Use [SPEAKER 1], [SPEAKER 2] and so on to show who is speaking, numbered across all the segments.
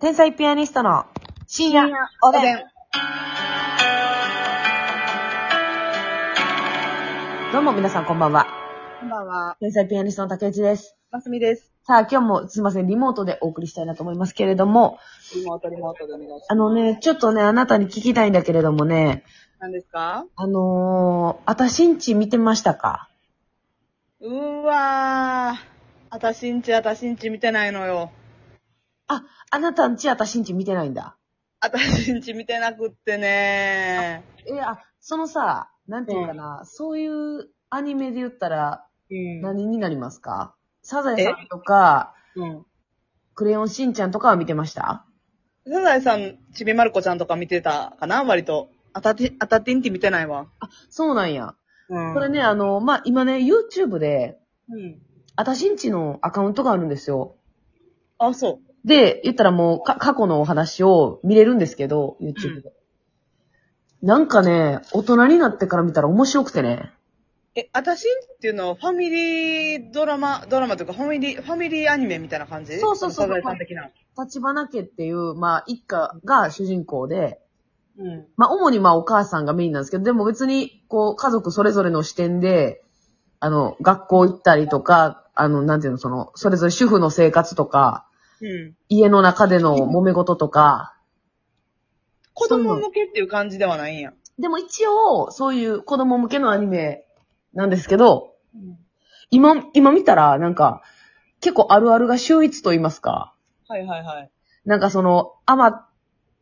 [SPEAKER 1] 天才ピアニストの深夜おでん。どうも皆さんこんばんは。
[SPEAKER 2] こんばんは。
[SPEAKER 1] 天才ピアニストの竹内です。
[SPEAKER 2] ますみです。
[SPEAKER 1] さあ、今日もすいません、リモートでお送りしたいなと思いますけれども、
[SPEAKER 2] リモートリモートでお願いします。
[SPEAKER 1] あのね、ちょっとね、あなたに聞きたいんだけれどもね、
[SPEAKER 2] 何ですか
[SPEAKER 1] あのー、あたしんち見てましたか
[SPEAKER 2] うーわー。あたしんち、あたしんち見てないのよ。
[SPEAKER 1] あ、あなたんちあたしんち見てないんだ。
[SPEAKER 2] あたしんち見てなくってね
[SPEAKER 1] え、あ、そのさ、なんていうかな、そういうアニメで言ったら
[SPEAKER 2] ー。
[SPEAKER 1] 何になりますかサザエさんとか、
[SPEAKER 2] うん。うん。
[SPEAKER 1] クレヨンしんちゃんとかは見てました
[SPEAKER 2] サザエさん、ちびまる子ちゃんとか見てたかな割と。あたて、あたてんて見てないわ。
[SPEAKER 1] そうなんや。
[SPEAKER 2] うん
[SPEAKER 1] これね、。あの、まあ、今ね、YouTube で、
[SPEAKER 2] うん。
[SPEAKER 1] あたしんちのアカウントがあるんですよ。
[SPEAKER 2] あ、そ
[SPEAKER 1] で、言ったらもう、か、過去のお話を見れるんですけど、YouTube で。なんかね、大人になってから見たら面白くてね。
[SPEAKER 2] う。え、あたしんっていうのはファミリードラマ、ドラマというかファミリー、ファミリーアニメみたいな感じ
[SPEAKER 1] そうそうそう
[SPEAKER 2] サザエさん的な。
[SPEAKER 1] 立花家っていう、まあ、一家が主人公で、
[SPEAKER 2] うん。
[SPEAKER 1] まあ、主にまあ、お母さんがメインなんですけど、でも別に、こう、家族それぞれの視点で、あの、学校行ったりとか、あの、なんていうの、その、それぞれ主婦の生活とか、
[SPEAKER 2] うん。
[SPEAKER 1] 家の中での揉め事とか、
[SPEAKER 2] 子供向けっていう感じではないんや。
[SPEAKER 1] でも一応、そういう子供向けのアニメなんですけど、
[SPEAKER 2] うん
[SPEAKER 1] 今、今見たら、なんか、結構あるあるが秀逸と言いますか。
[SPEAKER 2] はいはいはい。
[SPEAKER 1] なんかその、余っ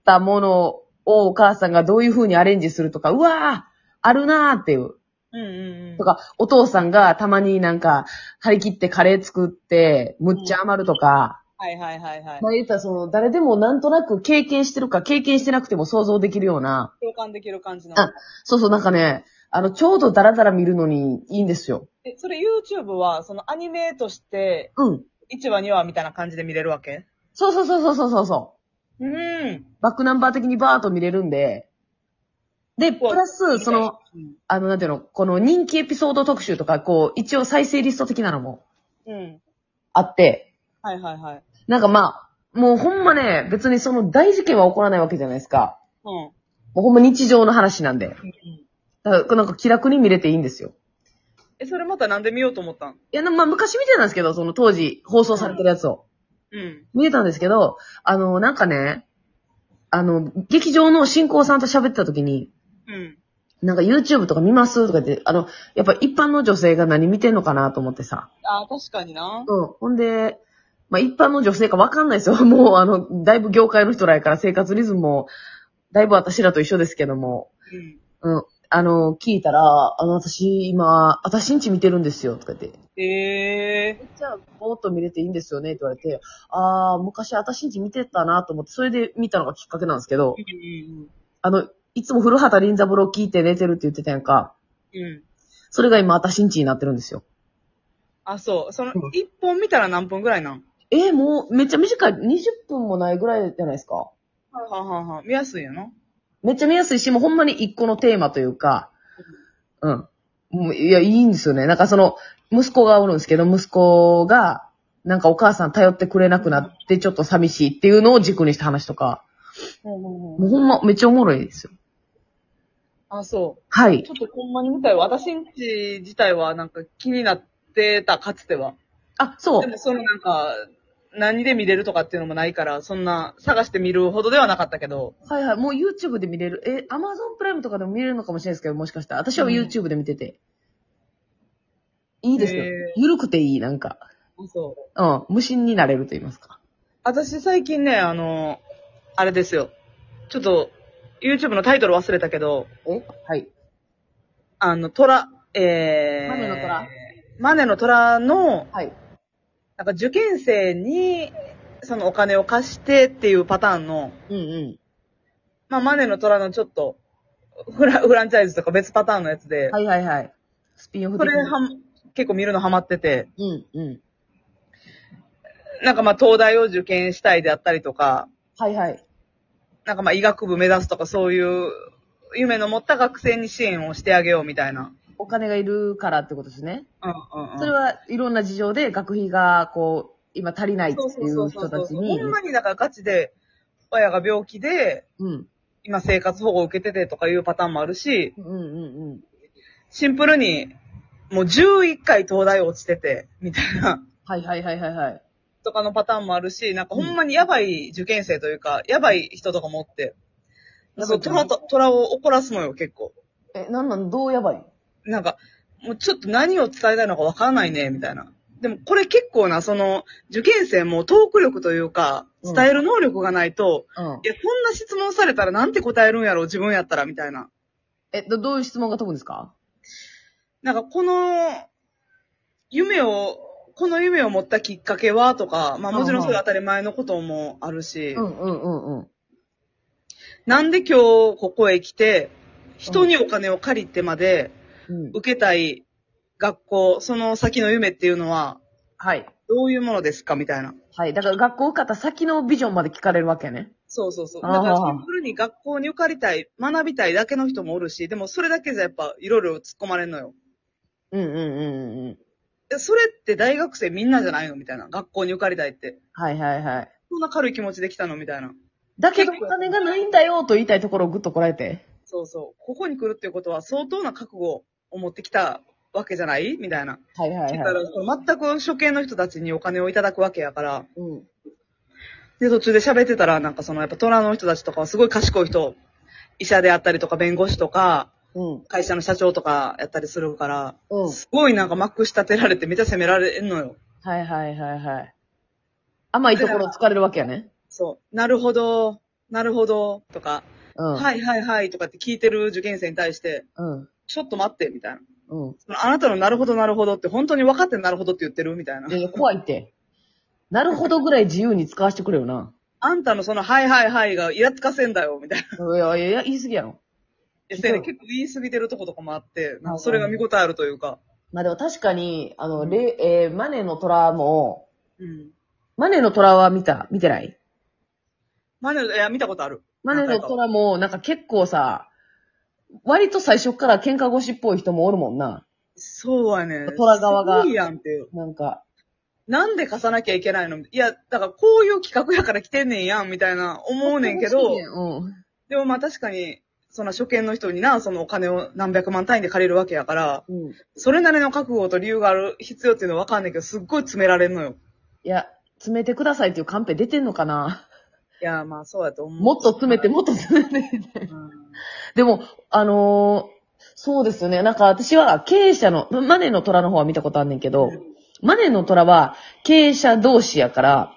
[SPEAKER 1] たものをお母さんがどういう風にアレンジするとか、うわーあるなーっていう。
[SPEAKER 2] うんうんうん。
[SPEAKER 1] とか、お父さんがたまになんか、張り切ってカレー作って、むっちゃ余るとか、
[SPEAKER 2] はいはいはいはい。
[SPEAKER 1] まあ言ったらその、誰でもなんとなく経験してるか経験してなくても想像できるような、
[SPEAKER 2] 共感できる感じの。
[SPEAKER 1] あそうそうなんかね、あの、ちょうどダラダラ見るのにいいんですよ。
[SPEAKER 2] え、それ YouTube は、そのアニメとして、
[SPEAKER 1] うん。
[SPEAKER 2] 1話2話みたいな感じで見れるわけ
[SPEAKER 1] そうそうそうそうそうそう。
[SPEAKER 2] うん。
[SPEAKER 1] バックナンバー的にバーッと見れるんで、で、プラス、その、
[SPEAKER 2] うん、
[SPEAKER 1] あの、なんていうの、この人気エピソード特集とか、こう、一応再生リスト的なのも
[SPEAKER 2] うん。
[SPEAKER 1] あって、
[SPEAKER 2] はいはいはい。
[SPEAKER 1] なんかまあ、もうほんまね、別にその大事件は起こらないわけじゃないですか。
[SPEAKER 2] うん。
[SPEAKER 1] もうほんま日常の話なんで。
[SPEAKER 2] うん
[SPEAKER 1] だから、なんか気楽に見れていいんですよ。
[SPEAKER 2] え、それまたなんで見ようと思った
[SPEAKER 1] い
[SPEAKER 2] ん
[SPEAKER 1] や、でもまあ昔見てたんですけど、その当時放送されてるやつを。
[SPEAKER 2] うん。
[SPEAKER 1] 見てたんですけど、あの、なんかね、あの、劇場の進行さんと喋ってた時に、
[SPEAKER 2] うん。
[SPEAKER 1] なんか YouTube とか見ますとか言って、あの、やっぱ一般の女性が何見てんのかなと思ってさ。
[SPEAKER 2] あ、確かにな。
[SPEAKER 1] うん。ほんで、まあ一般の女性かわかんないですよ。 もうあの、だいぶ業界の人らやから生活リズムも、だいぶ私らと一緒ですけども、
[SPEAKER 2] うん。
[SPEAKER 1] うん。あの、聞いたら、あの、私今、私んち見てるんですよ、とか言って。
[SPEAKER 2] ええ
[SPEAKER 1] じゃあ、ぼーっと見れていいんですよね、って言われて、あー、昔私んち見てたなと思って、それで見たのがきっかけなんですけど、
[SPEAKER 2] うん
[SPEAKER 1] あの、いつも古畑林三郎聞いて寝てるって言ってたやんか、
[SPEAKER 2] うん。うん。
[SPEAKER 1] それが今私んちになってるんですよ。
[SPEAKER 2] あ、そう。その
[SPEAKER 1] うん、
[SPEAKER 2] 一本見たら何分ぐらいなん
[SPEAKER 1] えーもう、めっちゃ短い。20分もないぐらいじゃないですか。
[SPEAKER 2] はははは見やすいよな。
[SPEAKER 1] めっちゃ見やすいし、もうほんまに一個のテーマというか、うん。もういや、いいんですよね。なんかその、息子がおるんですけど、息子が、なんかお母さん頼ってくれなくなって、ちょっと寂しいっていうのを軸にした話とか、
[SPEAKER 2] ほうほうほう
[SPEAKER 1] もうほんま、めっちゃおもろいですよ。
[SPEAKER 2] あ、そう。
[SPEAKER 1] はい
[SPEAKER 2] ち。ょっとほんまに見たいわ。私んち自体はなんか気になってた、かつては。
[SPEAKER 1] あ、そう
[SPEAKER 2] で。もそのなんか、何で見れるとかっていうのもないから、そんな探して見るほどではなかったけど。
[SPEAKER 1] はいはい。もう YouTube で見れる。え、Amazon プライムとかでも見れるのかもしれないですけど、もしかしたら。私は
[SPEAKER 2] うん
[SPEAKER 1] YouTube で見てて。いいですよ
[SPEAKER 2] へー。
[SPEAKER 1] ゆるくていい、なんか。
[SPEAKER 2] そう。
[SPEAKER 1] うん。無心になれると言いますか。
[SPEAKER 2] 私最近ね、あの、あれですよ。ちょっと、YouTube のタイトル忘れたけど、
[SPEAKER 1] えはい。
[SPEAKER 2] あの、虎、えー、
[SPEAKER 1] マネの虎。
[SPEAKER 2] マネの虎の、
[SPEAKER 1] はい。
[SPEAKER 2] なんか受験生に、そのお金を貸してっていうパターンの、
[SPEAKER 1] うんう
[SPEAKER 2] まあ、マネの虎のちょっと、フラフランチャイズとか別パターンのやつで、
[SPEAKER 1] ん。はいはいはい。スピンオフ
[SPEAKER 2] そ
[SPEAKER 1] 的
[SPEAKER 2] れ
[SPEAKER 1] な
[SPEAKER 2] はん、結構見るのハマってて、
[SPEAKER 1] うんうん。
[SPEAKER 2] なんかまあ、東大を受験したいであったりとか、
[SPEAKER 1] はいはい。
[SPEAKER 2] なんかまあ、医学部目指すとかそういう、夢の持った学生に支援をしてあげようみたいな。
[SPEAKER 1] お金がいるからってことですね。
[SPEAKER 2] うんうんうん。
[SPEAKER 1] それはいろんな事情で学費がこう、今足りないって
[SPEAKER 2] そうそ
[SPEAKER 1] いうう
[SPEAKER 2] そう
[SPEAKER 1] 人
[SPEAKER 2] そ
[SPEAKER 1] た
[SPEAKER 2] う
[SPEAKER 1] ち
[SPEAKER 2] そう。
[SPEAKER 1] に
[SPEAKER 2] ほん。まにだからガチで、親が病気で、
[SPEAKER 1] うん。
[SPEAKER 2] 今生活保護を受けててとかいうパターンもあるし、
[SPEAKER 1] うんうんうん。
[SPEAKER 2] シンプルに、もう11回東大落ちてて、みたいな、
[SPEAKER 1] はいはいはいはいはい。
[SPEAKER 2] とかのパターンもあるし、なんかほんまにやばい受験生というか、やばい人とかもおって、そう、トラと、トラを怒らすのよ、結構。
[SPEAKER 1] え、なんなんどうやばい
[SPEAKER 2] なんか、もうちょっと何を伝えたいのかわからないね、みたいな。でもこれ結構な、その、受験生もトーク力という
[SPEAKER 1] う
[SPEAKER 2] か、
[SPEAKER 1] ん
[SPEAKER 2] 伝える能力がないと、
[SPEAKER 1] うん。
[SPEAKER 2] いや、そんな質問されたらなんて答えるんやろ、自分やったら、みたいな。
[SPEAKER 1] え、ど、どういう質問が飛ぶんですか
[SPEAKER 2] なんかこの、夢を、この夢を持ったきっかけはとか、まあもちろんそれは当たり前のこともあるし、
[SPEAKER 1] うんうんうんうん。
[SPEAKER 2] なんで今日ここへ来て、人にお金を借りてまで
[SPEAKER 1] うん。
[SPEAKER 2] 受けたい学校、その先の夢っていうのは、
[SPEAKER 1] はい。
[SPEAKER 2] どういうものですかみたいな。
[SPEAKER 1] はい。だから学校受かった先のビジョンまで聞かれるわけね。
[SPEAKER 2] そうそうそう。
[SPEAKER 1] あー
[SPEAKER 2] だからシンプルに学校に受かりたい、学びたいだけの人もおるし、でもそれだけじゃやっぱいろいろ突っ込まれるのよ。
[SPEAKER 1] うんうんうんうん。
[SPEAKER 2] えそれって大学生みんなじゃないのみたいな。学校に受かりたいって。
[SPEAKER 1] はいはいはい。
[SPEAKER 2] そんな軽い気持ちで来たのみたいな。
[SPEAKER 1] だけどお金がないんだよと言いたいところをぐっとこらえて。
[SPEAKER 2] そうそう。ここに来るっていうことは相当な覚悟を持ってきたわけじゃないみたいな。
[SPEAKER 1] はいは
[SPEAKER 2] だ
[SPEAKER 1] い
[SPEAKER 2] か
[SPEAKER 1] はい。
[SPEAKER 2] ら、その全く初見の人たちにお金をいただくわけやから。
[SPEAKER 1] うん。
[SPEAKER 2] で、途中で喋ってたら、なんかその、やっぱ虎の人たちとかはすごい賢い人。医者であったりとか、弁護士とか、
[SPEAKER 1] うん。
[SPEAKER 2] 会社の社長とかやったりするから、
[SPEAKER 1] うん。
[SPEAKER 2] すごいなんかまくし立てられてめっちゃ責められんのよ。
[SPEAKER 1] はいはいはいはい。甘いところを疲れるわけやね。
[SPEAKER 2] そう。なるほど、なるほど、とか、
[SPEAKER 1] うん。い。
[SPEAKER 2] はいはいはいとかって聞いてる受験生に対して、
[SPEAKER 1] うん。
[SPEAKER 2] ちょっと待って、みたいな。
[SPEAKER 1] うん。
[SPEAKER 2] そのあなたのなるほどなるほどって本当に分かってなるほどって言ってるみたいな。
[SPEAKER 1] いや怖いって。なるほどぐらい自由に使わせてくれよな。
[SPEAKER 2] あんたのそのはいはいはいがイラつかせんだよ、みたいな。
[SPEAKER 1] いやいやいや、言い過ぎやろ。
[SPEAKER 2] 結
[SPEAKER 1] そう
[SPEAKER 2] 構言い過ぎてるとことかもあって、なん
[SPEAKER 1] うん
[SPEAKER 2] かそれが見応えあるというか。
[SPEAKER 1] まあでも確かに、あの、れえーマネの虎も、
[SPEAKER 2] うん。
[SPEAKER 1] マネの虎は見た見てない
[SPEAKER 2] マネ、いや、見たことある。
[SPEAKER 1] マネの虎も、なんか結構さ、割と最初から喧嘩腰っぽい人もおるもんな。
[SPEAKER 2] そうやね。
[SPEAKER 1] 虎側が
[SPEAKER 2] すごいやんっていう。
[SPEAKER 1] なんか、
[SPEAKER 2] なんで貸さなきゃいけないのいや、だからこういう企画やから来てんねんやん、みたいな思うねんけど、
[SPEAKER 1] うん。
[SPEAKER 2] でもまあ確かに、その初見の人にな、そのお金を何百万単位で借りるわけやから、
[SPEAKER 1] うん。い
[SPEAKER 2] それなりの覚悟と理由がある必要っていうのは分かんないけど、すっごい詰められんのよ。
[SPEAKER 1] や、詰めてくださいっていうカンペ出てんのかない
[SPEAKER 2] や、まあそうやと思う。
[SPEAKER 1] もっと詰めて、もっと詰めて。
[SPEAKER 2] うん、
[SPEAKER 1] でも、あのーそうですよね。なんか私は経営者の、マネの虎の方は見たことあんねんけど、マネの虎は経営者同士やから、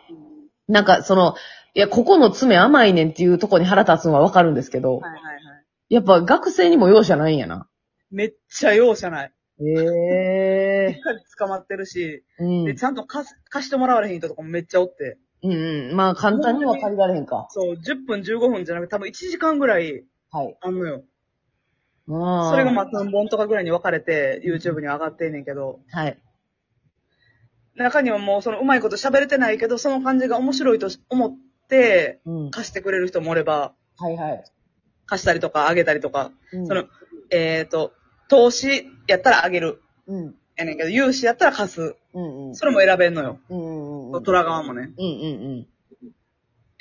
[SPEAKER 1] なんかその、いや、ここの爪甘いねんっていうとこに腹立つのはわかるんですけど、
[SPEAKER 2] はいはいはい。
[SPEAKER 1] やっぱ学生にも容赦ないんやな。
[SPEAKER 2] めっちゃ容赦ない。し
[SPEAKER 1] ええ
[SPEAKER 2] っかり捕まってるし、
[SPEAKER 1] うん。
[SPEAKER 2] で、ちゃんと貸す貸してもらわれへん人とかもめっちゃおって。
[SPEAKER 1] うんうん。まあ簡単には借りられへんか。
[SPEAKER 2] そう、10分15分じゃなくて多分1時間ぐらい
[SPEAKER 1] はい。
[SPEAKER 2] あんのよ。
[SPEAKER 1] そ
[SPEAKER 2] それがまあ3本とかぐらいに分かれて YouTube に上がってんねんけど、
[SPEAKER 1] はい。
[SPEAKER 2] 中にはもうそのうまいこと喋れてないけど、その感じが面白いとし思って
[SPEAKER 1] うん。
[SPEAKER 2] 貸してくれる人もおれば、
[SPEAKER 1] はいはい。
[SPEAKER 2] 貸したりとかあげたりとか、
[SPEAKER 1] うん
[SPEAKER 2] その、えっ、と、投資やったらあげる。
[SPEAKER 1] うん。
[SPEAKER 2] やねんけど、融資やったら貸す。
[SPEAKER 1] うんうん。
[SPEAKER 2] それも選べんのよ。
[SPEAKER 1] うんうんうん。
[SPEAKER 2] 虎側もね。
[SPEAKER 1] うんうん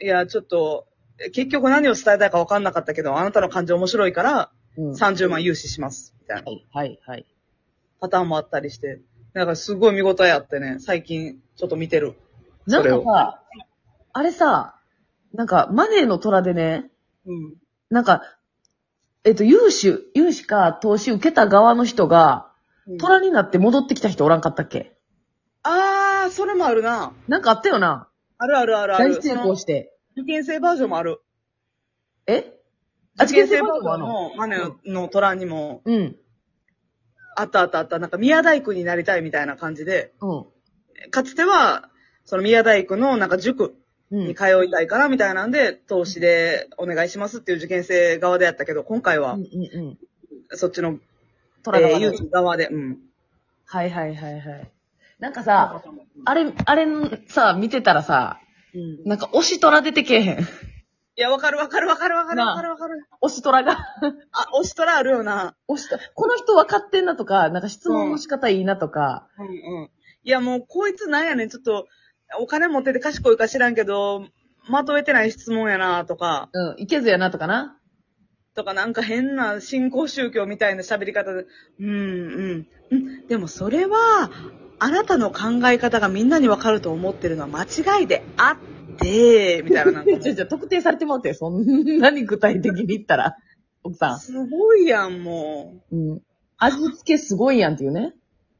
[SPEAKER 2] いや、ちょっと、結局何を伝えたいか分かんなかったけど、あなたの感情面白いから、
[SPEAKER 1] うん。うん。は
[SPEAKER 2] 30万融資します。みたいない
[SPEAKER 1] はいはい。
[SPEAKER 2] パターンもあったりして。だからすごい見応えあってね、最近ちょっと見てる。
[SPEAKER 1] なんか
[SPEAKER 2] それを
[SPEAKER 1] さ、あれさ、なんか、マネーの虎でね、
[SPEAKER 2] うん。
[SPEAKER 1] なんか、えっと、融資、融資か投資受けた側の人が、
[SPEAKER 2] あ
[SPEAKER 1] 虎になって戻ってきた人おらんかったっけ
[SPEAKER 2] あー、それもあるな。
[SPEAKER 1] なんかあったよな。
[SPEAKER 2] あるあるあるあ
[SPEAKER 1] 大
[SPEAKER 2] る。
[SPEAKER 1] 成功して。
[SPEAKER 2] その受験生バージョンもある。
[SPEAKER 1] えあ、受験生バージョンあんの
[SPEAKER 2] のマネの虎にも、
[SPEAKER 1] うん。
[SPEAKER 2] あったあったあった。なんか宮大工になりたいみたいな感じで、
[SPEAKER 1] うん。
[SPEAKER 2] かつては、その宮大工のなんか塾
[SPEAKER 1] う
[SPEAKER 2] に
[SPEAKER 1] ん。
[SPEAKER 2] 通いたいからみたいなんで、投資でお願いしますっていう受験生側でやったけど、今回は
[SPEAKER 1] うん、うんうん。
[SPEAKER 2] そっちの、
[SPEAKER 1] 虎
[SPEAKER 2] え
[SPEAKER 1] 側
[SPEAKER 2] ー、
[SPEAKER 1] の
[SPEAKER 2] ユーチ側で、うん。
[SPEAKER 1] はいはいはいはい。なんかさ、あれ、あれさ、見てたらさ、
[SPEAKER 2] うん、い
[SPEAKER 1] なんか推し虎出てけえへん。
[SPEAKER 2] や、わかるわかるわかるわかる
[SPEAKER 1] なあ
[SPEAKER 2] わかるわかる。
[SPEAKER 1] 推し虎が。
[SPEAKER 2] あ、推しとらあるよな。
[SPEAKER 1] 推し虎。この人分かってんなとか、なんか質問の仕方いいなとか、
[SPEAKER 2] うんうん。いや、もうこいつなんやねん、ちょっと、お金持ってて賢いか知らんけど、まとえてない質問やなとか、
[SPEAKER 1] うん。いけずやなとか な。
[SPEAKER 2] とかなんか変な信仰宗教みたいな喋り方で、うん、うん、うん。でもそれは、あなたの考え方がみんなにわかると思ってるのは間違いであって、みたいななんかもう。
[SPEAKER 1] じゃじゃ特定されてもらって、そんなに具体的に言ったら。 奥さ
[SPEAKER 2] すごいやん、も
[SPEAKER 1] ん。うん。味付けすごいやんっていうね。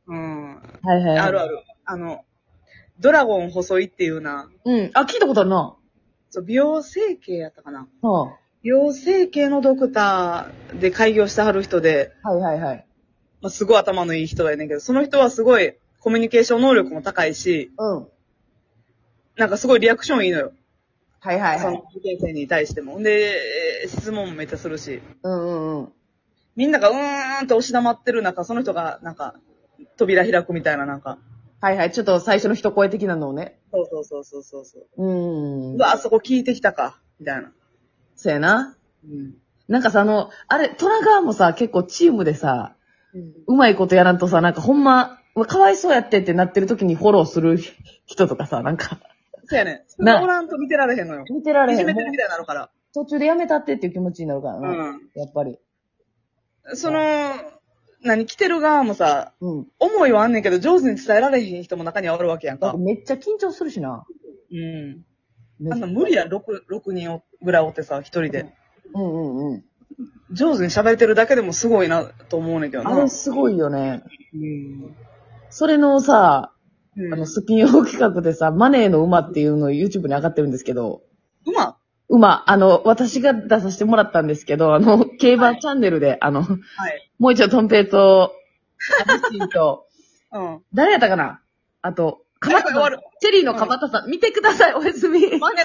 [SPEAKER 2] う。うん。
[SPEAKER 1] はいはい。
[SPEAKER 2] あるある。あの、ドラゴン細いっていうな、
[SPEAKER 1] うん。あ、聞いたことあるな。
[SPEAKER 2] そう美容整形やったかな。
[SPEAKER 1] は
[SPEAKER 2] 美容整形のドクターで開業してはる人で、
[SPEAKER 1] あ、はいはいはい。
[SPEAKER 2] まあ、すごい頭のいい人やねんけど、その人はすごいコミュニケーション能力も高いし、
[SPEAKER 1] うん。
[SPEAKER 2] なんかすごいリアクションいいのよ。
[SPEAKER 1] はいはい
[SPEAKER 2] そ
[SPEAKER 1] は
[SPEAKER 2] の
[SPEAKER 1] い。
[SPEAKER 2] 受験生に対しても。で、質問もめっちゃするし、
[SPEAKER 1] うんうんうん。
[SPEAKER 2] みんながうーんって押し黙ってる中、その人がなんか扉開くみたいななんか、
[SPEAKER 1] はいはい。ちょっと最初の一声的なのをね。
[SPEAKER 2] そうそうそうそうそうそう。
[SPEAKER 1] うん
[SPEAKER 2] う。わ、あそこ聞いてきたか、みたいな。
[SPEAKER 1] そうやな。
[SPEAKER 2] うん。
[SPEAKER 1] なんかさ、あの、あれ、トラガーもさ、結構チームでさ、
[SPEAKER 2] うん
[SPEAKER 1] うまいことやらんとさ、なんかほんま、うわかわいそうやってってなってる時にフォローする人とかさ、なんか、
[SPEAKER 2] そうやねん。そ
[SPEAKER 1] な
[SPEAKER 2] れおらんと見てられへんのよ。
[SPEAKER 1] 見てられ
[SPEAKER 2] い
[SPEAKER 1] へ
[SPEAKER 2] じ
[SPEAKER 1] ん。
[SPEAKER 2] めてるみたいになるから。
[SPEAKER 1] 途中でやめたってっていう気持ちになるからな。
[SPEAKER 2] う
[SPEAKER 1] やっぱり。
[SPEAKER 2] ん。その、何、来てる側もさ、
[SPEAKER 1] うん。
[SPEAKER 2] 思いはあんねんけど、上手に伝えられへん人も中にはおるわけやん
[SPEAKER 1] だっ
[SPEAKER 2] か
[SPEAKER 1] て。めっちゃ緊張するしな。
[SPEAKER 2] うん。
[SPEAKER 1] め
[SPEAKER 2] あん
[SPEAKER 1] っ
[SPEAKER 2] な無理やん、6、六人おぐらいおってさ、一人で。
[SPEAKER 1] うんうんうん。
[SPEAKER 2] 上手に喋れてるだけでもすごいなと思うねんけどな。
[SPEAKER 1] あれすごいよね。
[SPEAKER 2] うん。
[SPEAKER 1] それのさ、
[SPEAKER 2] うん
[SPEAKER 1] あの、スピンオフ企画でさ、マネーの馬っていうのを YouTube に上がってるんですけど、
[SPEAKER 2] うま。
[SPEAKER 1] 馬、あの、私が出させてもらったんですけど、あの、競馬チャンネルで、あの、
[SPEAKER 2] はい。
[SPEAKER 1] もう一度トンペイ と、アジシンと、
[SPEAKER 2] うん。
[SPEAKER 1] 誰やったかなあと、かま
[SPEAKER 2] やばい終わる
[SPEAKER 1] チェリーのかまたさん、見てください、おやすみ。
[SPEAKER 2] マネ